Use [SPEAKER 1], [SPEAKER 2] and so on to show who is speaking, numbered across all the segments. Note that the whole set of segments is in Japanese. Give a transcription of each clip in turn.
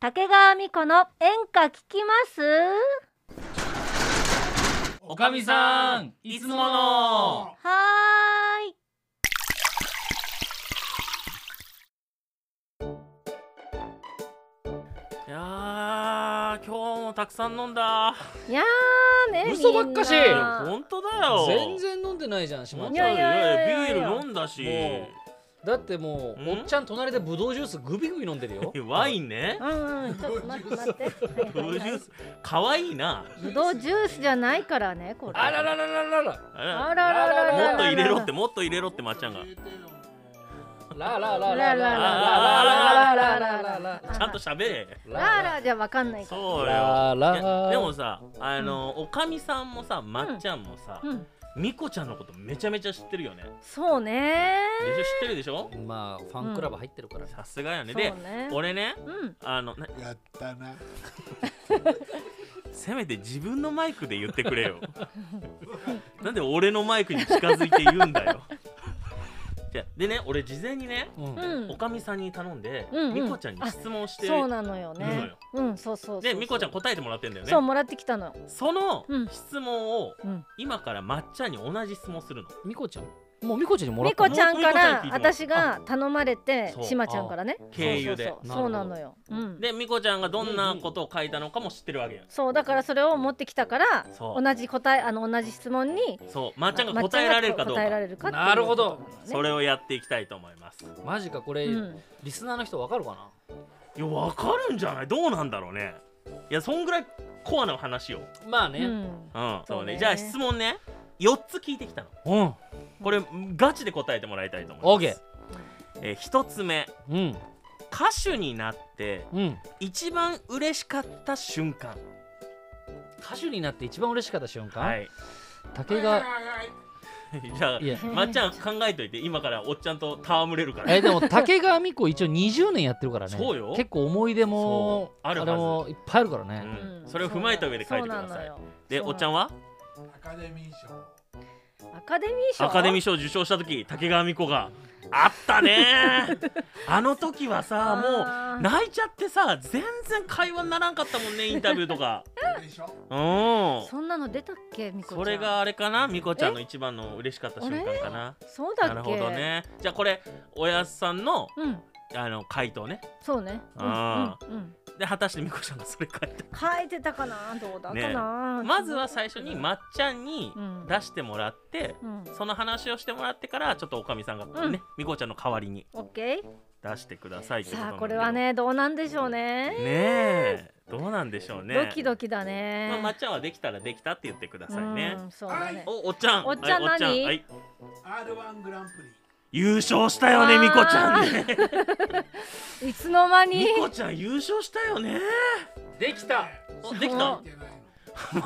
[SPEAKER 1] 竹川美子の演歌聞きます
[SPEAKER 2] おかみさんいつもの
[SPEAKER 1] はーい
[SPEAKER 2] いやー今日もたくさん飲んだ
[SPEAKER 1] いやーね
[SPEAKER 3] 嘘ばっかし
[SPEAKER 1] みん
[SPEAKER 2] いや
[SPEAKER 1] な
[SPEAKER 2] 本当だよ
[SPEAKER 3] 全然飲んでないじゃん島
[SPEAKER 2] 飲ん
[SPEAKER 1] い
[SPEAKER 3] ちゃ
[SPEAKER 1] や
[SPEAKER 3] ん
[SPEAKER 2] だ
[SPEAKER 1] い
[SPEAKER 2] よ
[SPEAKER 1] やいやいや
[SPEAKER 2] ビール飲んだし
[SPEAKER 3] もだってもう
[SPEAKER 2] うん
[SPEAKER 3] おっちゃん隣でブドウジュースグビグビ飲んでるよ
[SPEAKER 2] ワインね
[SPEAKER 1] うんうんちょっと待って待って
[SPEAKER 2] ブドウジュー
[SPEAKER 1] ス
[SPEAKER 2] スかわいいな
[SPEAKER 1] ぶどうジュースじゃないからねこれ
[SPEAKER 3] あららららららら
[SPEAKER 2] あら
[SPEAKER 1] あらららら
[SPEAKER 2] もっと入れろっててもっと入れろってまっちゃんがち
[SPEAKER 3] ラララララララララララララ
[SPEAKER 2] ゃんと喋れ
[SPEAKER 1] ラーラーじゃわかんないから
[SPEAKER 2] そうよい
[SPEAKER 3] ララ
[SPEAKER 2] やでもさあのおかみさんもさまっちゃんもさ
[SPEAKER 1] うん
[SPEAKER 2] みこちゃんのことめちゃめちゃ知ってるよねでし
[SPEAKER 1] そうね
[SPEAKER 2] ょ知ってるでしょ
[SPEAKER 3] まあファンクラブ入ってるから
[SPEAKER 2] さすがよね
[SPEAKER 1] そう
[SPEAKER 2] で
[SPEAKER 1] ね
[SPEAKER 2] 俺ね
[SPEAKER 1] うん
[SPEAKER 2] あのな
[SPEAKER 4] やったな。
[SPEAKER 2] せめて自分のマイクで言ってくれよ なんで俺のマイクに近づいて言うんだよ じゃでね俺事前にね
[SPEAKER 3] う
[SPEAKER 1] うんん
[SPEAKER 2] おかみさんに頼んで、
[SPEAKER 1] うんうん
[SPEAKER 2] みこちゃんに質問して
[SPEAKER 1] そうなのよ
[SPEAKER 2] いるの
[SPEAKER 1] ね
[SPEAKER 2] よ
[SPEAKER 1] うんそうそう
[SPEAKER 2] でみこちゃん
[SPEAKER 1] ん
[SPEAKER 2] 答えてもらってんだよね
[SPEAKER 1] そうもらってきたの
[SPEAKER 2] その
[SPEAKER 1] うん
[SPEAKER 2] 質問を
[SPEAKER 1] うん
[SPEAKER 2] 今からまっちゃんに同じ質問するの
[SPEAKER 3] ミコちゃんもうミコちゃんにもらっ
[SPEAKER 1] み
[SPEAKER 3] た
[SPEAKER 1] こ
[SPEAKER 3] の
[SPEAKER 1] ちゃんか
[SPEAKER 2] もう
[SPEAKER 1] ら
[SPEAKER 2] みこちゃんに聞いてもらう
[SPEAKER 1] 私が頼まれて
[SPEAKER 2] そう
[SPEAKER 1] しまちゃんからね
[SPEAKER 2] 経由で
[SPEAKER 1] そうそうそう
[SPEAKER 3] なるほど
[SPEAKER 1] そうなのようん
[SPEAKER 2] でみこちゃんがどんなことを書いたのかも知ってるわけよ
[SPEAKER 1] そうだからそれを持ってきたから
[SPEAKER 2] そう
[SPEAKER 1] 同じ答えあの同じ質問に
[SPEAKER 2] そうまっちゃんが
[SPEAKER 1] ま
[SPEAKER 2] 答えられるかどうか
[SPEAKER 1] 答えられるかっていう
[SPEAKER 3] なるほど
[SPEAKER 1] ことなのね
[SPEAKER 2] それをやっていきたいと思います
[SPEAKER 3] マジかこれ
[SPEAKER 1] うん
[SPEAKER 3] リスナーの人わかるかない
[SPEAKER 2] やわかるんじゃないどうなんだろうねいやそんぐらいコアな話よ
[SPEAKER 3] まあ
[SPEAKER 1] う
[SPEAKER 3] ね
[SPEAKER 1] ん
[SPEAKER 2] うん、そう
[SPEAKER 1] そう
[SPEAKER 2] ね
[SPEAKER 1] ね
[SPEAKER 2] じゃあ質問ね4つ聞いてきたの
[SPEAKER 3] うん
[SPEAKER 2] これガチで答えてもらいたいと思います、えー、1つ目
[SPEAKER 3] うん
[SPEAKER 2] 歌手になって
[SPEAKER 3] うん
[SPEAKER 2] 一番嬉しかった瞬間
[SPEAKER 3] 歌手になって一番嬉しかった瞬
[SPEAKER 2] は
[SPEAKER 3] 間
[SPEAKER 2] い
[SPEAKER 3] 竹が
[SPEAKER 2] じゃあ
[SPEAKER 3] いや
[SPEAKER 2] まっちゃん考えといて今からおっちゃんと戯れるから
[SPEAKER 3] えでも竹川美子一応20年やってるからね
[SPEAKER 2] そうよ
[SPEAKER 3] 結構思い出も
[SPEAKER 2] そうあ
[SPEAKER 3] あ
[SPEAKER 2] るは
[SPEAKER 3] れ
[SPEAKER 2] ず
[SPEAKER 3] もいっぱいあるからね、
[SPEAKER 2] うんそれを踏まえた上で書いてください
[SPEAKER 1] そうなのよ
[SPEAKER 2] で
[SPEAKER 1] そうなの
[SPEAKER 2] おっちゃんは
[SPEAKER 4] アカデミー賞。
[SPEAKER 1] アカデミー賞
[SPEAKER 2] アカデミー賞受賞した時竹川美子が「あったねーあの時はさ
[SPEAKER 1] あ
[SPEAKER 2] も
[SPEAKER 1] ー
[SPEAKER 2] う泣いちゃってさ全然会話にならんかったもん ねインタビューとか
[SPEAKER 4] でしょ。
[SPEAKER 2] うん
[SPEAKER 1] そんなの出たっけみこちゃん
[SPEAKER 2] それがあれかなみこちゃんの一番の嬉しかった瞬間かな
[SPEAKER 1] そうだっけ
[SPEAKER 2] なるほどねじゃあこれおやすさんの
[SPEAKER 1] うん
[SPEAKER 2] あの回答ね
[SPEAKER 1] そうねうん
[SPEAKER 2] あ
[SPEAKER 1] うんうん
[SPEAKER 2] で果たしてみこちゃんがそれ書い
[SPEAKER 1] 書いてたかなどうだか
[SPEAKER 2] ねえ
[SPEAKER 1] な
[SPEAKER 2] たまずは最初にまっちゃんに
[SPEAKER 1] うん
[SPEAKER 2] 出してもらって
[SPEAKER 1] うん
[SPEAKER 2] その話をしてもらってからちょっとおかみさんが
[SPEAKER 1] うん
[SPEAKER 2] ねみこちゃんの代わりに
[SPEAKER 1] オッケ
[SPEAKER 2] 出してくださいっ
[SPEAKER 1] ー
[SPEAKER 2] てと
[SPEAKER 1] さ
[SPEAKER 2] なんだ
[SPEAKER 1] あ
[SPEAKER 2] けど
[SPEAKER 1] これはねどうなんでしょうね
[SPEAKER 2] ねえどうなんでしょうね
[SPEAKER 1] ドキドキだね
[SPEAKER 2] まあまっちゃんはできたらできたって言ってくださいね
[SPEAKER 1] うんそうだね
[SPEAKER 2] おおっちゃん
[SPEAKER 1] おっちゃん
[SPEAKER 2] はい
[SPEAKER 1] 何
[SPEAKER 2] はい
[SPEAKER 4] R1 グランプリ。
[SPEAKER 2] 優勝したよねみこちゃんね
[SPEAKER 1] いつの間に
[SPEAKER 2] みこちゃん優勝したよね
[SPEAKER 3] できた
[SPEAKER 2] おできた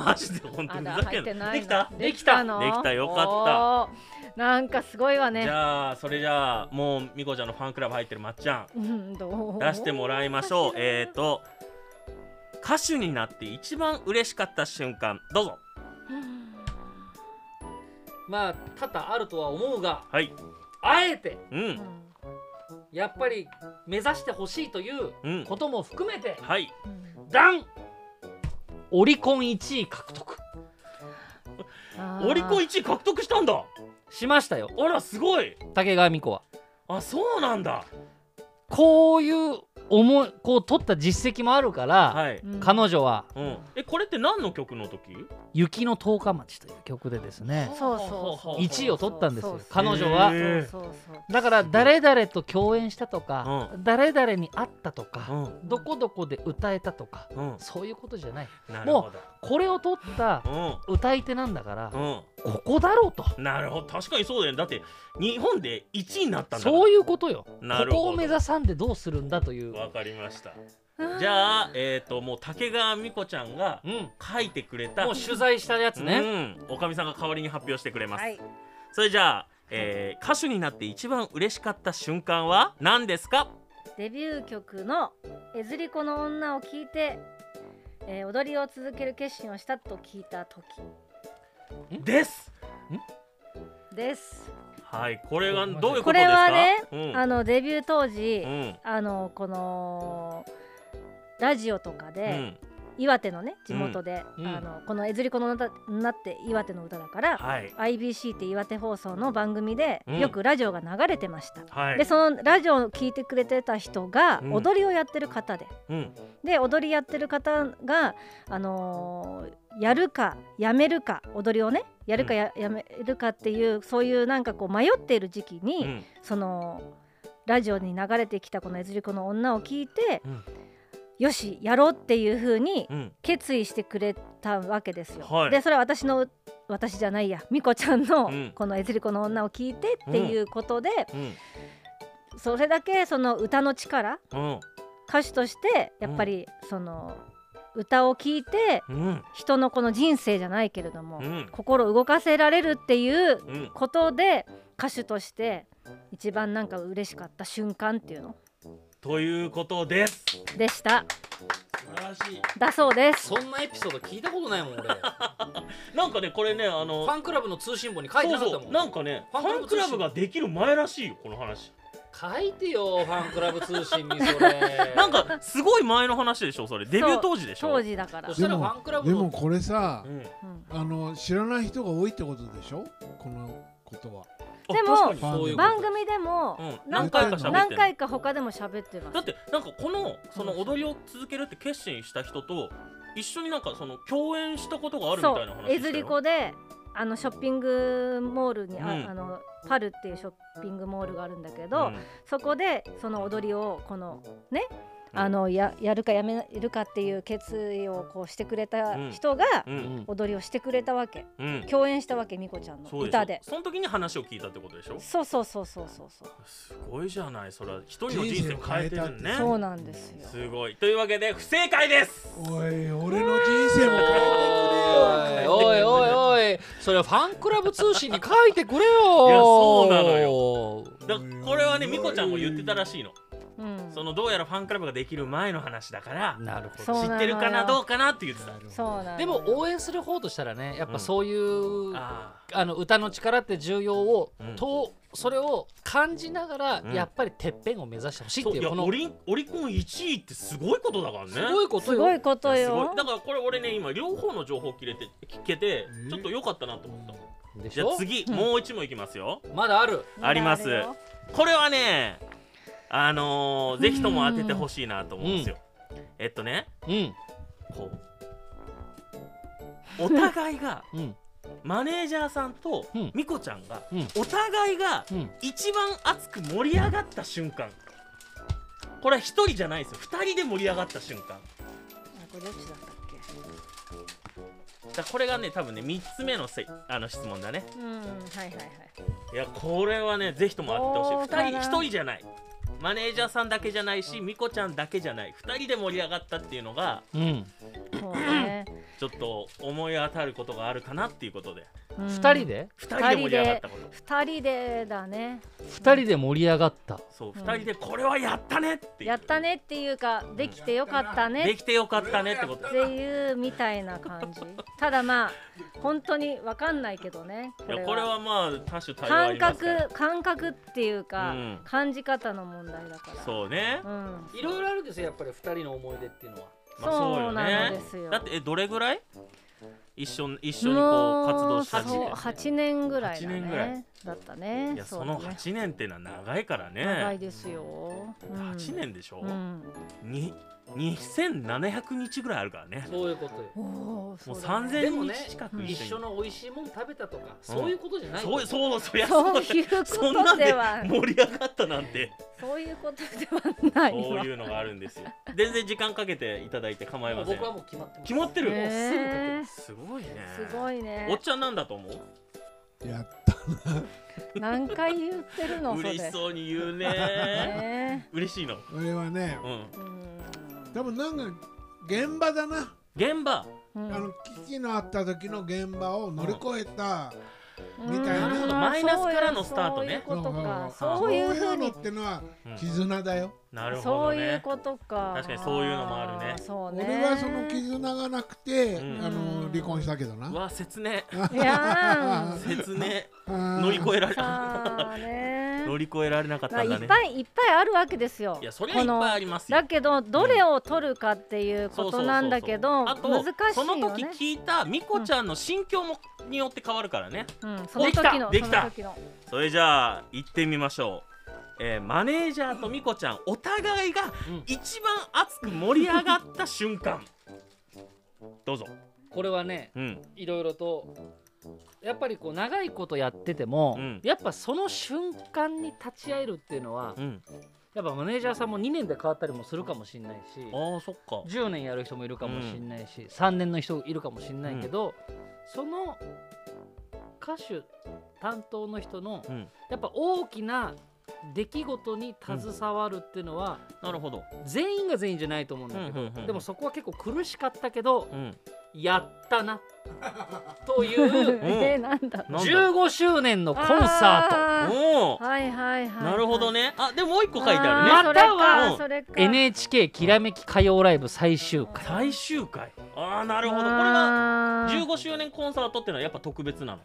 [SPEAKER 2] マジで本当
[SPEAKER 1] あ
[SPEAKER 2] に
[SPEAKER 1] ら
[SPEAKER 2] ふざ
[SPEAKER 1] 入
[SPEAKER 2] け
[SPEAKER 1] っ
[SPEAKER 2] ん
[SPEAKER 1] て
[SPEAKER 2] な
[SPEAKER 1] ない
[SPEAKER 2] で
[SPEAKER 1] の
[SPEAKER 2] きた
[SPEAKER 1] できたの
[SPEAKER 2] できたよか
[SPEAKER 1] ったなんかすごいわ
[SPEAKER 2] じ
[SPEAKER 1] ね
[SPEAKER 2] ゃあそれじゃあもうみこちゃんのファンクラブ入ってるまっちゃん
[SPEAKER 1] うんどう
[SPEAKER 2] 出してもらいましょうえーと歌手になって一番嬉しかった瞬間どうぞ
[SPEAKER 1] うん
[SPEAKER 3] まあ多々あるとは思うが
[SPEAKER 2] はい
[SPEAKER 3] あえて
[SPEAKER 2] う
[SPEAKER 1] うんん
[SPEAKER 3] やっぱり目指してほしいという
[SPEAKER 2] うん
[SPEAKER 3] ことも含めて
[SPEAKER 2] はい
[SPEAKER 1] うん
[SPEAKER 3] ダンオリコン1位獲得
[SPEAKER 1] あー
[SPEAKER 2] オリコン1位獲得したんだ
[SPEAKER 3] しましたよ
[SPEAKER 2] あらすごい
[SPEAKER 3] 竹川美子は
[SPEAKER 2] あそうなんだ
[SPEAKER 3] こういう思いこう取った実績もあるから、
[SPEAKER 2] はい
[SPEAKER 1] うん
[SPEAKER 3] 彼女は
[SPEAKER 2] うんえこれって何の曲の時
[SPEAKER 3] 「雪の十日町」という曲でですね
[SPEAKER 1] そうそうそう
[SPEAKER 3] 1位を取ったんです
[SPEAKER 1] そう
[SPEAKER 3] よ
[SPEAKER 1] そう
[SPEAKER 3] 彼女
[SPEAKER 2] へ
[SPEAKER 3] は
[SPEAKER 2] ー
[SPEAKER 1] そうそうそう
[SPEAKER 3] だから誰々と共演したとか、
[SPEAKER 2] う
[SPEAKER 3] 誰々に会ったと
[SPEAKER 2] う
[SPEAKER 3] か、
[SPEAKER 2] ん
[SPEAKER 3] どこどこで歌えたとか
[SPEAKER 2] うん
[SPEAKER 3] そういうことじゃない
[SPEAKER 2] なるほ
[SPEAKER 3] これを取った
[SPEAKER 2] ど
[SPEAKER 3] 歌い手なんだから、
[SPEAKER 2] うんうん
[SPEAKER 3] ここだろうと
[SPEAKER 2] なるほど確かにそうだよねだって日本で1位になったんだから
[SPEAKER 3] そういうことよ
[SPEAKER 2] な
[SPEAKER 3] こ
[SPEAKER 2] るほど
[SPEAKER 3] こを目指さんでどうするんだという
[SPEAKER 2] わかりました
[SPEAKER 1] うん
[SPEAKER 2] じゃあえっ、ともう竹川美子ちゃんが
[SPEAKER 3] うん
[SPEAKER 2] 書いてくれた
[SPEAKER 3] もう取材したやつね、
[SPEAKER 2] うんおかみさんが代わりに発表してくれます、
[SPEAKER 1] はい
[SPEAKER 2] それじゃあ、えー歌手になって一番嬉しかった瞬間は何ですか
[SPEAKER 1] デビュー曲の「えずり子の女」を聞いて、えー踊りを続ける決心をしたと聞いた時
[SPEAKER 2] です
[SPEAKER 1] です。
[SPEAKER 2] はいこれがどういうことですか
[SPEAKER 1] これはね
[SPEAKER 2] うん
[SPEAKER 1] あのデビュー当時、
[SPEAKER 2] うん
[SPEAKER 1] あのこのラジオとか
[SPEAKER 2] う
[SPEAKER 1] で、
[SPEAKER 2] ん、
[SPEAKER 1] 岩手のね地元で、
[SPEAKER 3] うん
[SPEAKER 1] あのこの「えずりこの歌」なって岩手の歌だから、
[SPEAKER 2] はい、
[SPEAKER 1] IBC って岩手放送の番組で、
[SPEAKER 2] うん
[SPEAKER 1] よくラジオが流れてました。
[SPEAKER 2] はい、
[SPEAKER 1] でそのラジオを聞いてくれてた人が、
[SPEAKER 2] うん
[SPEAKER 1] 踊りをやってる方で
[SPEAKER 2] うん、
[SPEAKER 1] で踊りやってる方が、あのーやるかやめるか踊りをねやるかや,、やめるかっていうそういうなんかこう迷っている時期に、
[SPEAKER 2] うん、
[SPEAKER 1] そのラジオに流れてきたこの「えずりこの女」を聞いて、
[SPEAKER 2] うん
[SPEAKER 1] よしやろうっていう風に
[SPEAKER 2] うん、
[SPEAKER 1] 決意してくれたわけですよ。
[SPEAKER 2] はい
[SPEAKER 1] でそれは私の私じゃないやみこちゃんの
[SPEAKER 2] うん
[SPEAKER 1] この「えずりこの女」を聞いてっていうことで、
[SPEAKER 2] うん、
[SPEAKER 1] それだけその歌の力
[SPEAKER 2] うん、
[SPEAKER 1] 歌手としてやっぱりその歌を聴いて
[SPEAKER 2] うん、
[SPEAKER 1] 人のこの人生じゃないけれども、
[SPEAKER 2] うん
[SPEAKER 1] 心を動かせられるっていう
[SPEAKER 2] うん、
[SPEAKER 1] ことで歌手として一番なんか嬉しかった瞬間っていうの
[SPEAKER 2] ということです。
[SPEAKER 1] でした
[SPEAKER 4] 素晴らしい。
[SPEAKER 1] だそうです
[SPEAKER 3] そんなエピソード聞いたことないもん俺フ
[SPEAKER 2] なんかね、これね、あの、
[SPEAKER 3] ァンクラブの通信簿に書いて
[SPEAKER 2] そ
[SPEAKER 3] な
[SPEAKER 2] う
[SPEAKER 3] かった
[SPEAKER 2] そ
[SPEAKER 3] も
[SPEAKER 2] う、
[SPEAKER 3] ん
[SPEAKER 2] なんかね、
[SPEAKER 3] フ
[SPEAKER 2] フ
[SPEAKER 3] ァ
[SPEAKER 2] ァ
[SPEAKER 3] ンクラブ
[SPEAKER 2] ンクラブができる前らしいよ、この話。
[SPEAKER 3] 書いてよファンクラブ通信にそ れ
[SPEAKER 2] なんか、すごい前の話でしょ、それ、デビュー当時でしょ。
[SPEAKER 1] 当時だから
[SPEAKER 3] そし、たらファンクラブ
[SPEAKER 4] でも
[SPEAKER 3] の
[SPEAKER 4] これさ
[SPEAKER 2] う、ん。
[SPEAKER 1] うん
[SPEAKER 4] あの知らない人が多いってことでしょこのことは。
[SPEAKER 2] あ
[SPEAKER 1] でも
[SPEAKER 2] 確かにそういうこと
[SPEAKER 1] 番組でも
[SPEAKER 2] うん
[SPEAKER 1] 何
[SPEAKER 2] 何
[SPEAKER 1] 回
[SPEAKER 2] 回か喋ってんの
[SPEAKER 1] 何回か他でも喋ってます
[SPEAKER 2] だってなんかこのその踊りを続けるって決心した人と一緒になんかその共演したことがあるみ
[SPEAKER 1] そ
[SPEAKER 2] たいな
[SPEAKER 1] う
[SPEAKER 2] 話
[SPEAKER 1] え
[SPEAKER 2] した
[SPEAKER 1] ず
[SPEAKER 2] よ
[SPEAKER 1] りこであのショッピングモールに、あ
[SPEAKER 2] うん
[SPEAKER 1] あのパルっていうショッピングモールがあるんだけ
[SPEAKER 2] う
[SPEAKER 1] ど、
[SPEAKER 2] ん
[SPEAKER 1] そこでその踊りをこのね、
[SPEAKER 2] うん
[SPEAKER 1] あのややるかやめるかっていう決意をこうしてくれた人が
[SPEAKER 2] うんうん
[SPEAKER 1] 踊りをしてくれたわけ、
[SPEAKER 2] うん
[SPEAKER 1] 共演したわけみこちゃんの
[SPEAKER 2] そう
[SPEAKER 1] 歌で
[SPEAKER 2] しょその時に話を聞いたってことでしょ
[SPEAKER 1] そうそうそうそうそうそう、
[SPEAKER 2] すごいじゃないそれは一人の人生を変えてるね
[SPEAKER 4] え
[SPEAKER 1] そうなんですよ
[SPEAKER 2] すごいというわけで不正解です
[SPEAKER 4] おい、俺の人生も変えてくれよ。
[SPEAKER 3] おいおいおいおいそれはファンクラブ通信に書いてくれよ
[SPEAKER 2] いやそうなの
[SPEAKER 3] よ
[SPEAKER 2] だこれはねみこちゃんも言ってたらしいの
[SPEAKER 1] うん、
[SPEAKER 2] そのどうやらファンクラブができる前の話だから
[SPEAKER 3] なる
[SPEAKER 2] 知
[SPEAKER 1] そう
[SPEAKER 3] ほ
[SPEAKER 1] なのよ
[SPEAKER 2] ってるかなどうかなって言ってた
[SPEAKER 1] そうな
[SPEAKER 3] ど
[SPEAKER 1] ん
[SPEAKER 3] でも応援する方としたらねやっぱそういう、
[SPEAKER 2] あ
[SPEAKER 3] あの歌の力って重要を、
[SPEAKER 2] うん
[SPEAKER 3] とそれを感じながら、
[SPEAKER 2] うん
[SPEAKER 3] やっぱりてっぺんを目指してほしい
[SPEAKER 2] ー
[SPEAKER 3] っ
[SPEAKER 2] そう
[SPEAKER 3] て
[SPEAKER 2] いう
[SPEAKER 3] い
[SPEAKER 2] や
[SPEAKER 3] この
[SPEAKER 2] オリンオリコン1位ってすごいことだからね
[SPEAKER 3] すごいこと
[SPEAKER 1] す
[SPEAKER 3] よ
[SPEAKER 1] ごいこと
[SPEAKER 2] すご
[SPEAKER 1] よ
[SPEAKER 2] いだからこれ俺ね今両方の情報切れて聞けて
[SPEAKER 4] え
[SPEAKER 2] ちょっと良かったなと思った
[SPEAKER 3] でし
[SPEAKER 2] じゃあ
[SPEAKER 3] ょ
[SPEAKER 2] 次もう一問いきますよ
[SPEAKER 3] まだある
[SPEAKER 1] まだ
[SPEAKER 2] あります
[SPEAKER 1] るよ
[SPEAKER 2] これはねあのー、ぜひとも当ててほしいなと思うんですよえっとね
[SPEAKER 3] うん
[SPEAKER 2] こうお互いが
[SPEAKER 3] うん
[SPEAKER 2] マネージャーさんと
[SPEAKER 3] うん
[SPEAKER 2] ミコちゃんが
[SPEAKER 3] うん
[SPEAKER 2] お互いが
[SPEAKER 3] うん
[SPEAKER 2] 一番熱く盛り上がった瞬間これは一人じゃないですよ二人で盛り上がった瞬間
[SPEAKER 1] あこれどっちだったっ
[SPEAKER 2] だからこれがね多分ね3つ目のせいあの質問だね
[SPEAKER 1] けうんはいはいはい
[SPEAKER 2] いやこれはねぜひともあってほしい
[SPEAKER 1] どうかな
[SPEAKER 2] 2人1人じゃないマネージャーさんだけじゃないしミコちゃんだけじゃない2人で盛り上がったっていうのが
[SPEAKER 3] うん
[SPEAKER 1] そうね、
[SPEAKER 2] ちょっと思い当たることがあるかなっていうことで
[SPEAKER 1] うん
[SPEAKER 3] 2人で
[SPEAKER 2] 2人で盛り上がったこと
[SPEAKER 1] 二人でだね
[SPEAKER 3] 2人で盛り上がった
[SPEAKER 2] そう
[SPEAKER 1] うん
[SPEAKER 2] 2人でこれはやったねっていう
[SPEAKER 1] やったねっていうかできてよかったねっ
[SPEAKER 2] できてよかったねってこと
[SPEAKER 1] っていうみたいな感じただまあ本当にわかんないけどね
[SPEAKER 2] いやこれはまあ多種多様あ
[SPEAKER 1] 感
[SPEAKER 2] りますから
[SPEAKER 1] 覚感覚っていうか、
[SPEAKER 2] うん
[SPEAKER 1] 感じ方の問題だから
[SPEAKER 2] そうね
[SPEAKER 1] う、ん、
[SPEAKER 3] いろいろあるんですよやっぱり2人の思い出っていうのは
[SPEAKER 2] まあ、そうよ
[SPEAKER 1] なの
[SPEAKER 2] ね
[SPEAKER 1] ですよ
[SPEAKER 2] だってえどれぐらい一緒一緒にこ
[SPEAKER 1] も
[SPEAKER 2] う活動した
[SPEAKER 1] そう
[SPEAKER 2] の
[SPEAKER 1] 8年ぐらいだ
[SPEAKER 2] 八年ぐらい
[SPEAKER 1] ねだったね
[SPEAKER 2] いや
[SPEAKER 1] う
[SPEAKER 2] そ
[SPEAKER 1] だ
[SPEAKER 2] の
[SPEAKER 1] ね
[SPEAKER 2] 8年ってのは長いから
[SPEAKER 1] 長い
[SPEAKER 2] ね
[SPEAKER 1] ですよ、うん
[SPEAKER 2] 8年でしょ、
[SPEAKER 1] うん
[SPEAKER 2] に2700日ぐらいあるからね
[SPEAKER 3] そういうことよ
[SPEAKER 1] おーそ
[SPEAKER 2] もう
[SPEAKER 1] うだね
[SPEAKER 3] でも
[SPEAKER 2] 3000
[SPEAKER 3] ね
[SPEAKER 2] 日近く
[SPEAKER 1] うん
[SPEAKER 2] 一
[SPEAKER 3] 一
[SPEAKER 2] 緒
[SPEAKER 3] 緒
[SPEAKER 2] に、
[SPEAKER 3] の美味しいもん食べたとか、そういうことじゃない
[SPEAKER 2] そうそうそりゃそう
[SPEAKER 1] そ
[SPEAKER 2] だ
[SPEAKER 1] ういうこ
[SPEAKER 2] そんな
[SPEAKER 1] と
[SPEAKER 2] ん
[SPEAKER 1] で
[SPEAKER 2] で
[SPEAKER 1] は
[SPEAKER 2] 盛り上がったなんて
[SPEAKER 1] そういうことではない
[SPEAKER 2] そう
[SPEAKER 1] わ
[SPEAKER 2] いうのがあるんですよ全然時間かけていただいて構いません
[SPEAKER 3] 僕はもう決まってます
[SPEAKER 2] 決まってる、
[SPEAKER 1] へー
[SPEAKER 2] すごいね
[SPEAKER 1] すごいね
[SPEAKER 2] おっちゃんなんだと思う
[SPEAKER 4] やった
[SPEAKER 1] 何回言ってるのそれ
[SPEAKER 2] 嬉しそうに言う ね
[SPEAKER 1] ね
[SPEAKER 2] 嬉しいの
[SPEAKER 4] 俺はね、
[SPEAKER 2] うん
[SPEAKER 1] うん
[SPEAKER 4] 多分なんか現場だな、
[SPEAKER 2] 現場
[SPEAKER 1] うん
[SPEAKER 4] あの危機のあった時の現場を乗り越えた、
[SPEAKER 1] う
[SPEAKER 4] みたい
[SPEAKER 2] なるほど
[SPEAKER 4] な。
[SPEAKER 2] マイナスからのスタートね
[SPEAKER 1] そういうことか
[SPEAKER 2] うん
[SPEAKER 1] そういうふう
[SPEAKER 4] の
[SPEAKER 1] に
[SPEAKER 4] ってのは
[SPEAKER 2] うん
[SPEAKER 4] 絆だよ。
[SPEAKER 2] なるほ
[SPEAKER 1] そ
[SPEAKER 2] ど
[SPEAKER 1] ういう
[SPEAKER 2] ね
[SPEAKER 1] ことか
[SPEAKER 2] 確かにそういうのもあるね
[SPEAKER 1] そうね
[SPEAKER 4] 俺はその絆がなくて、
[SPEAKER 2] うん
[SPEAKER 4] あの離婚したけどな。
[SPEAKER 2] うわ説明
[SPEAKER 1] い や
[SPEAKER 2] 説明乗
[SPEAKER 4] 乗
[SPEAKER 2] り越えら
[SPEAKER 1] ー
[SPEAKER 2] れ
[SPEAKER 1] さあね
[SPEAKER 2] 乗り越えられなかっ
[SPEAKER 1] まあ
[SPEAKER 2] たん
[SPEAKER 1] い
[SPEAKER 2] だ
[SPEAKER 1] っ
[SPEAKER 2] ね
[SPEAKER 1] ぱいいっぱいあるわけですよ
[SPEAKER 2] いやそりゃいっぱいありますよ
[SPEAKER 1] だけどどれを取るかっていうことなんだけど
[SPEAKER 2] あと
[SPEAKER 1] 難しい
[SPEAKER 2] そ
[SPEAKER 1] よ
[SPEAKER 2] の
[SPEAKER 1] ね
[SPEAKER 2] 時聞いたみこちゃんの心境もによって変わるからね
[SPEAKER 1] うんその時の
[SPEAKER 2] できた
[SPEAKER 1] その時の
[SPEAKER 2] それじゃあ行ってみましょう、えーマネージャーとみこちゃんお互いが
[SPEAKER 3] うん
[SPEAKER 2] 一番熱く盛り上がった瞬間どうぞ
[SPEAKER 3] これはね
[SPEAKER 2] うん
[SPEAKER 3] いろいろとやっぱりこう長いことやってても、
[SPEAKER 2] うん
[SPEAKER 3] やっぱその瞬間に立ち会えるっていうのは、
[SPEAKER 2] うん
[SPEAKER 3] やっぱマネージャーさんも2年で変わったりもするかもしれないし
[SPEAKER 2] あーそっか
[SPEAKER 3] 10年やる人もいるかもしれないし、3年の人いるかもしれないけど、その歌手担当の人の
[SPEAKER 2] うん
[SPEAKER 3] やっぱ大きな出来事に携わるっていうのは、
[SPEAKER 2] なるほど
[SPEAKER 3] 全員が全員じゃないと思うんだけど、
[SPEAKER 2] うんうんうん
[SPEAKER 3] でもそこは結構苦しかったけど
[SPEAKER 2] うん
[SPEAKER 3] やった なという
[SPEAKER 1] えーなんだ
[SPEAKER 2] なんだ
[SPEAKER 3] 15周年のコンサ
[SPEAKER 1] あー
[SPEAKER 2] おお
[SPEAKER 1] はいはいはい
[SPEAKER 2] なるほどねあでもう一個
[SPEAKER 1] あー
[SPEAKER 2] 書いてあるね
[SPEAKER 3] または
[SPEAKER 2] うん
[SPEAKER 1] それか
[SPEAKER 3] ート NHK きらめき歌謡ライブ最終回
[SPEAKER 2] 最終回ああな
[SPEAKER 1] な
[SPEAKER 2] るほどこれは15周年コンサートってのはやっぱ特別なの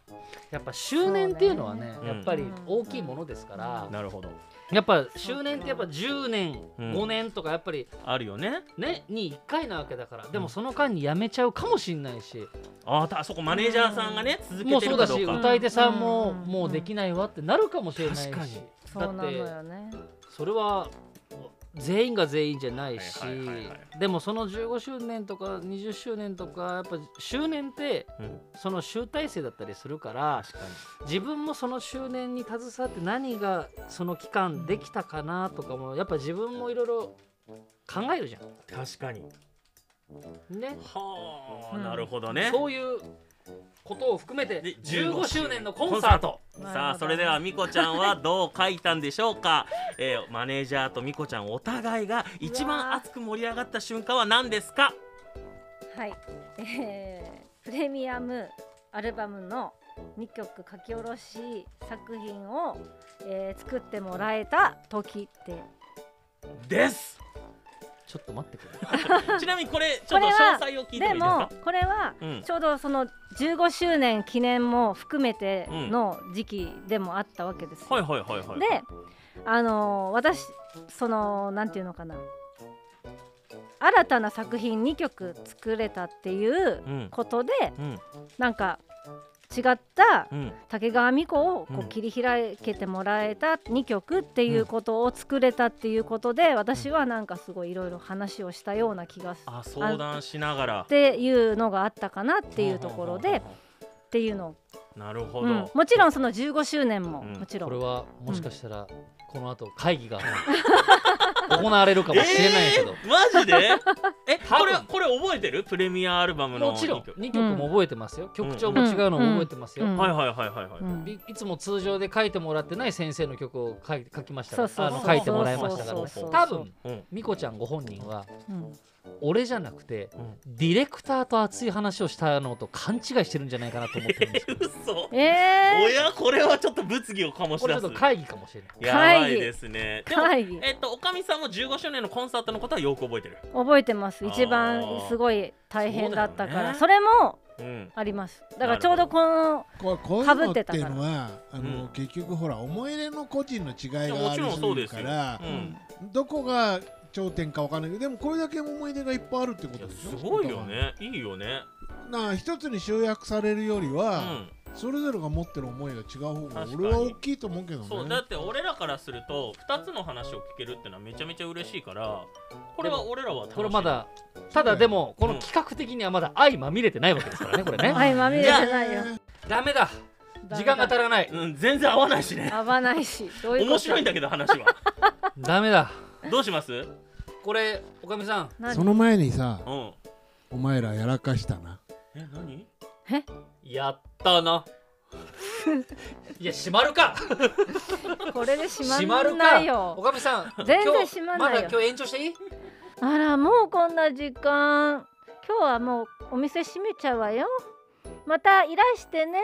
[SPEAKER 3] やっぱ周年っていうのはね
[SPEAKER 2] そうね
[SPEAKER 3] やっぱり大きいものですから、
[SPEAKER 2] なるほど
[SPEAKER 3] やっぱ周年ってやっぱ10年、
[SPEAKER 2] うん
[SPEAKER 3] 5年とかやっぱり
[SPEAKER 2] あるよね
[SPEAKER 3] ねに1回なわけだからでもその間にやめちゃうかもしんないし、
[SPEAKER 2] あーたそこマネージャーさんがね続
[SPEAKER 3] も
[SPEAKER 2] け
[SPEAKER 3] う
[SPEAKER 2] てる
[SPEAKER 3] そうだ
[SPEAKER 2] かど
[SPEAKER 3] し
[SPEAKER 2] うか
[SPEAKER 3] 歌い手さんも、
[SPEAKER 1] うん
[SPEAKER 3] もうできないわってなるかもしれないし
[SPEAKER 2] 確かに
[SPEAKER 1] そうな
[SPEAKER 3] だっ
[SPEAKER 1] の
[SPEAKER 3] て
[SPEAKER 1] よね
[SPEAKER 3] それは全員が全員じゃないし、
[SPEAKER 2] はいはいはいはい
[SPEAKER 3] でもその15周年とか20周年とかやっぱ周年って
[SPEAKER 2] うん
[SPEAKER 3] その集大成だったりするから
[SPEAKER 2] 確か
[SPEAKER 3] 自分もその周年に携わって何がその期間できたかなとかもやっぱ自分もいろいろ考えるじゃ
[SPEAKER 2] に確かに
[SPEAKER 3] ん。ね、
[SPEAKER 2] はあ、
[SPEAKER 1] うん
[SPEAKER 2] なるほどね
[SPEAKER 3] そういうことを含めて
[SPEAKER 2] で
[SPEAKER 3] 15周年のコンサート
[SPEAKER 2] さあそれではみこちゃんはどう書いたんでしょうか、えーマネージャーとみこちゃんお互いが一番熱く盛り上がった瞬間は何ですか
[SPEAKER 1] はい、えープレミアムアルバムの2曲書き下ろし作品を、えー作ってもらえた時って
[SPEAKER 2] です
[SPEAKER 3] ちょっと待ってく れ
[SPEAKER 2] ちなみにこれちょっ
[SPEAKER 1] ことれ
[SPEAKER 2] 詳
[SPEAKER 1] は
[SPEAKER 2] 細を聞いてもいいです
[SPEAKER 1] でも
[SPEAKER 2] か
[SPEAKER 1] これは
[SPEAKER 2] うん
[SPEAKER 1] ちょうどその15周年記念も含めての時期でもあったわけですよ、
[SPEAKER 2] はいはいはいはい
[SPEAKER 1] であのー私そのなんていうのかな新たな作品2曲作れたっていう
[SPEAKER 2] うん
[SPEAKER 1] ことで、
[SPEAKER 2] うん
[SPEAKER 1] なんか違った
[SPEAKER 2] うん
[SPEAKER 1] 竹川美子をこ
[SPEAKER 2] うん
[SPEAKER 1] う切り開けてもらえた2曲っていうことを作れたっていうことで、私はなんかすごいいろいろ話をしたような気がする
[SPEAKER 2] あ相談しながらっ
[SPEAKER 1] っていうのがあったかなっていうところでっていうの、
[SPEAKER 2] なるほ
[SPEAKER 1] う
[SPEAKER 2] ど、
[SPEAKER 1] ん、もちろんその15周年も
[SPEAKER 2] うん
[SPEAKER 1] もちろ
[SPEAKER 3] こ
[SPEAKER 1] ん、
[SPEAKER 3] れはもしかしたらこの後会議が 行われるかもしれないけど、
[SPEAKER 2] マジ でえ
[SPEAKER 3] 多分
[SPEAKER 2] これこれ覚えてるプレミアアルバムの
[SPEAKER 3] もちろん
[SPEAKER 2] 二曲
[SPEAKER 3] 2曲も覚えてますよ、曲調も違うのも覚えてますよ、
[SPEAKER 1] うんうん
[SPEAKER 2] はいはいはいはいはい、
[SPEAKER 1] うん
[SPEAKER 3] いいつも通常で書いてもらってない先生の曲を書い書きましたか
[SPEAKER 1] そ
[SPEAKER 3] ら
[SPEAKER 1] うそう
[SPEAKER 3] あ
[SPEAKER 1] そう
[SPEAKER 3] の書いてもらいましたか
[SPEAKER 2] そう
[SPEAKER 3] ら
[SPEAKER 2] そうそう
[SPEAKER 3] 多分
[SPEAKER 2] うん
[SPEAKER 3] みこちゃんご本人は
[SPEAKER 1] うん
[SPEAKER 3] 俺じゃなくて
[SPEAKER 2] うん
[SPEAKER 3] ディレクターと熱い話をしたのと勘違いしてるんじゃないかなと思ってるんです けど
[SPEAKER 2] 嘘お
[SPEAKER 1] え
[SPEAKER 2] やこれはちょっと物議を醸し
[SPEAKER 3] これ
[SPEAKER 2] 出
[SPEAKER 3] ちょっ
[SPEAKER 2] す
[SPEAKER 3] と会議かもしれない
[SPEAKER 2] やばいですね
[SPEAKER 1] ー、
[SPEAKER 2] でも
[SPEAKER 1] 会議
[SPEAKER 2] えっと、おかみさんも15周年のコンサートのことはよく覚えてる。
[SPEAKER 1] 覚えてます
[SPEAKER 2] あー
[SPEAKER 1] 一番すごい大変だったから
[SPEAKER 2] そ
[SPEAKER 1] そ,、れも
[SPEAKER 2] うん。
[SPEAKER 1] ありますだからちょうどこの
[SPEAKER 4] こうこういうのって
[SPEAKER 1] 被っ
[SPEAKER 4] いう
[SPEAKER 1] てた
[SPEAKER 4] のはあの、
[SPEAKER 2] うん
[SPEAKER 4] 結局ほら思い入れの個人の違いが
[SPEAKER 2] も
[SPEAKER 4] あ
[SPEAKER 2] ちろ
[SPEAKER 4] り
[SPEAKER 2] んそうで
[SPEAKER 4] すぎる
[SPEAKER 2] す
[SPEAKER 4] か
[SPEAKER 2] よ。
[SPEAKER 4] ら
[SPEAKER 2] う、ん。
[SPEAKER 4] どこが頂点かわからないけどでもこれだけ思い出がいっぱいあるってこ
[SPEAKER 2] い
[SPEAKER 4] と
[SPEAKER 2] や
[SPEAKER 4] ですしょ
[SPEAKER 2] ごいよね。いいよね。
[SPEAKER 4] なあ一つに集約されるより
[SPEAKER 2] う
[SPEAKER 4] は、
[SPEAKER 2] ん。
[SPEAKER 4] それぞれが持ってる思いが違う方
[SPEAKER 2] 確
[SPEAKER 4] が
[SPEAKER 2] かに
[SPEAKER 4] 俺は大きいと思うけどね
[SPEAKER 2] そう、だって俺らからすると、2つの話を聞けるってのはめちゃめちゃ嬉しいから、これは俺らは楽しい。
[SPEAKER 3] これまだただでもこの企画的にはまだ愛まみれてないわけですからねこれ ね
[SPEAKER 1] はいまみれてないよ
[SPEAKER 3] ダメだ時間が足らない
[SPEAKER 2] うん、全然合わないしね。
[SPEAKER 1] 合わないしどういうこと
[SPEAKER 2] 面白いんだけど話は。
[SPEAKER 3] ダメだ
[SPEAKER 2] どうしますうん。
[SPEAKER 3] これおかみさん
[SPEAKER 1] 何
[SPEAKER 4] その前にさ
[SPEAKER 2] え、
[SPEAKER 4] お前らやらかしたな
[SPEAKER 2] 何
[SPEAKER 3] やった ないや閉まるか
[SPEAKER 1] これで閉
[SPEAKER 3] 閉
[SPEAKER 1] ま
[SPEAKER 3] ま
[SPEAKER 1] ら
[SPEAKER 3] る
[SPEAKER 1] ない
[SPEAKER 3] かお
[SPEAKER 1] よ
[SPEAKER 3] かみさん
[SPEAKER 1] 全然
[SPEAKER 3] 今日
[SPEAKER 1] 閉まんないよ
[SPEAKER 3] まだ今日延長していい
[SPEAKER 1] あらもうこんな時間今日はもうお店閉めちゃうわよまたいらしてね